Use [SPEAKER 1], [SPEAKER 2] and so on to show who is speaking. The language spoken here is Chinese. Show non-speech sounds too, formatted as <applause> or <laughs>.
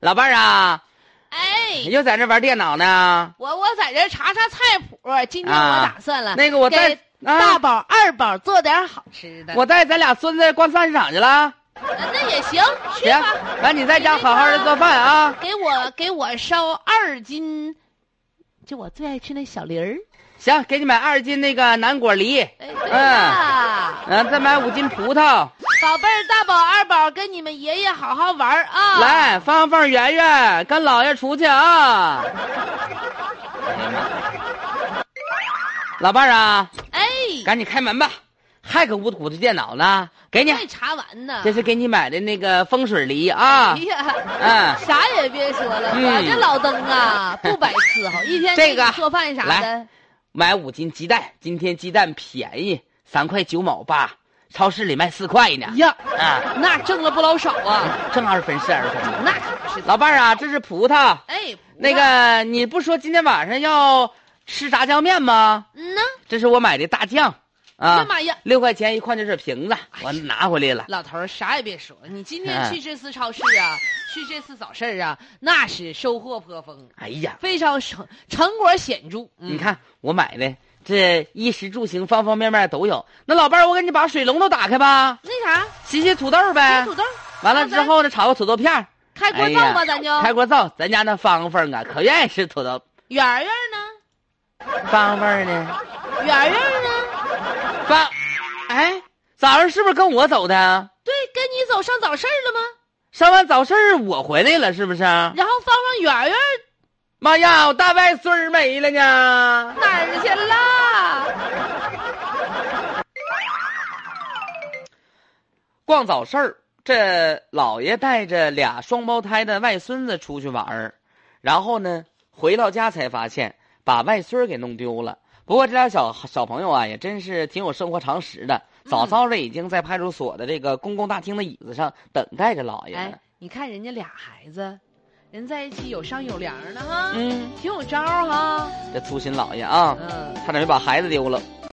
[SPEAKER 1] 老伴儿啊，
[SPEAKER 2] 哎，
[SPEAKER 1] 又在那玩电脑呢？
[SPEAKER 2] 我我在这查查菜谱，今天我
[SPEAKER 1] 啊
[SPEAKER 2] 打算了，
[SPEAKER 1] 那个我带
[SPEAKER 2] 给大宝、二宝做点好吃的。
[SPEAKER 1] 我带咱俩孙子逛菜市场去了。
[SPEAKER 2] 那那也行，去
[SPEAKER 1] 行
[SPEAKER 2] 吧。，
[SPEAKER 1] 完你在家好好的做饭啊。
[SPEAKER 2] 给我给我烧二斤，就我最爱吃那小梨儿。
[SPEAKER 1] 行，给你买二斤那个南果梨，
[SPEAKER 2] 哎，对了，
[SPEAKER 1] 嗯、再买五斤葡萄。
[SPEAKER 2] 宝贝儿、大宝、二宝跟你们爷爷好好玩儿啊！，
[SPEAKER 1] 来，芳芳、圆圆跟姥爷出去啊！
[SPEAKER 2] 嗯
[SPEAKER 1] <laughs> 老伴儿啊，
[SPEAKER 2] 哎，
[SPEAKER 1] 赶紧开门吧，还搁屋鼓着电脑呢。给你，
[SPEAKER 2] 没查完呢。
[SPEAKER 1] 这是给你买的那个风水梨啊
[SPEAKER 2] 哎。呀，
[SPEAKER 1] 嗯，
[SPEAKER 2] 啥也别说了，
[SPEAKER 1] 嗯
[SPEAKER 2] 我这老登啊，不摆伺候，一天
[SPEAKER 1] 这个
[SPEAKER 2] 给你做饭啥的
[SPEAKER 1] 来，买五斤鸡蛋，今天鸡蛋便宜，三块九毛八，超市里卖四块呢。
[SPEAKER 2] 呀，
[SPEAKER 1] 啊，
[SPEAKER 2] 那挣了不老少啊，
[SPEAKER 1] 正二分是二分。
[SPEAKER 2] 那可不是。
[SPEAKER 1] 老伴儿啊，这是葡萄。
[SPEAKER 2] 哎，
[SPEAKER 1] 那
[SPEAKER 2] 不
[SPEAKER 1] 个，
[SPEAKER 2] 赖，
[SPEAKER 1] 啊你不说今天晚上要吃炸酱面吗？
[SPEAKER 2] 嗯呐，
[SPEAKER 1] 这是我买的大酱，啊
[SPEAKER 2] 这，妈呀，
[SPEAKER 1] 六块钱一矿泉水瓶子，
[SPEAKER 2] 哎
[SPEAKER 1] 我拿回来了。
[SPEAKER 2] 老头儿啥也别说，你今
[SPEAKER 1] 哎
[SPEAKER 2] 天去这次超市啊，去这次早市啊，那是收获颇丰，啊
[SPEAKER 1] 哎呀，
[SPEAKER 2] 非常成成果显著。嗯
[SPEAKER 1] 你，看我买的这衣食住行方方面面都有。那老伴儿，我给你把水龙头打开吧，
[SPEAKER 2] 那啥，
[SPEAKER 1] 洗洗土豆呗
[SPEAKER 2] 炒。土豆，
[SPEAKER 1] 完了之后呢，炒个土豆片儿，
[SPEAKER 2] 开锅
[SPEAKER 1] 哎呀
[SPEAKER 2] 灶吧，咱就。
[SPEAKER 1] 开锅灶。咱家那芳芳啊，可愿意吃土豆。
[SPEAKER 2] 圆圆呢？
[SPEAKER 1] 芳芳呢？
[SPEAKER 2] 圆圆呢？
[SPEAKER 1] 芳，哎，早上是不是跟我走的？
[SPEAKER 2] 对，跟你走上早市儿了吗？
[SPEAKER 1] 上完早市儿我回来了，是不是？
[SPEAKER 2] 然后芳芳圆圆
[SPEAKER 1] 妈呀，我大外孙儿没了呢。
[SPEAKER 2] 哪儿去啦？
[SPEAKER 1] 逛早市儿，这老爷带着俩双胞胎的外孙子出去玩儿，然后呢，回到家才发现把外孙儿给弄丢了。不过这俩小小朋友啊，也真是挺有生活常识的，早早的已经在派出所的这个公共大厅的椅子上等待着老爷了。
[SPEAKER 2] 哎，你看人家俩孩子，人在一起有商有量的哈，
[SPEAKER 1] 嗯，
[SPEAKER 2] 挺有招儿哈。
[SPEAKER 1] 这粗心老爷啊，
[SPEAKER 2] 嗯。
[SPEAKER 1] 差点没把孩子丢了。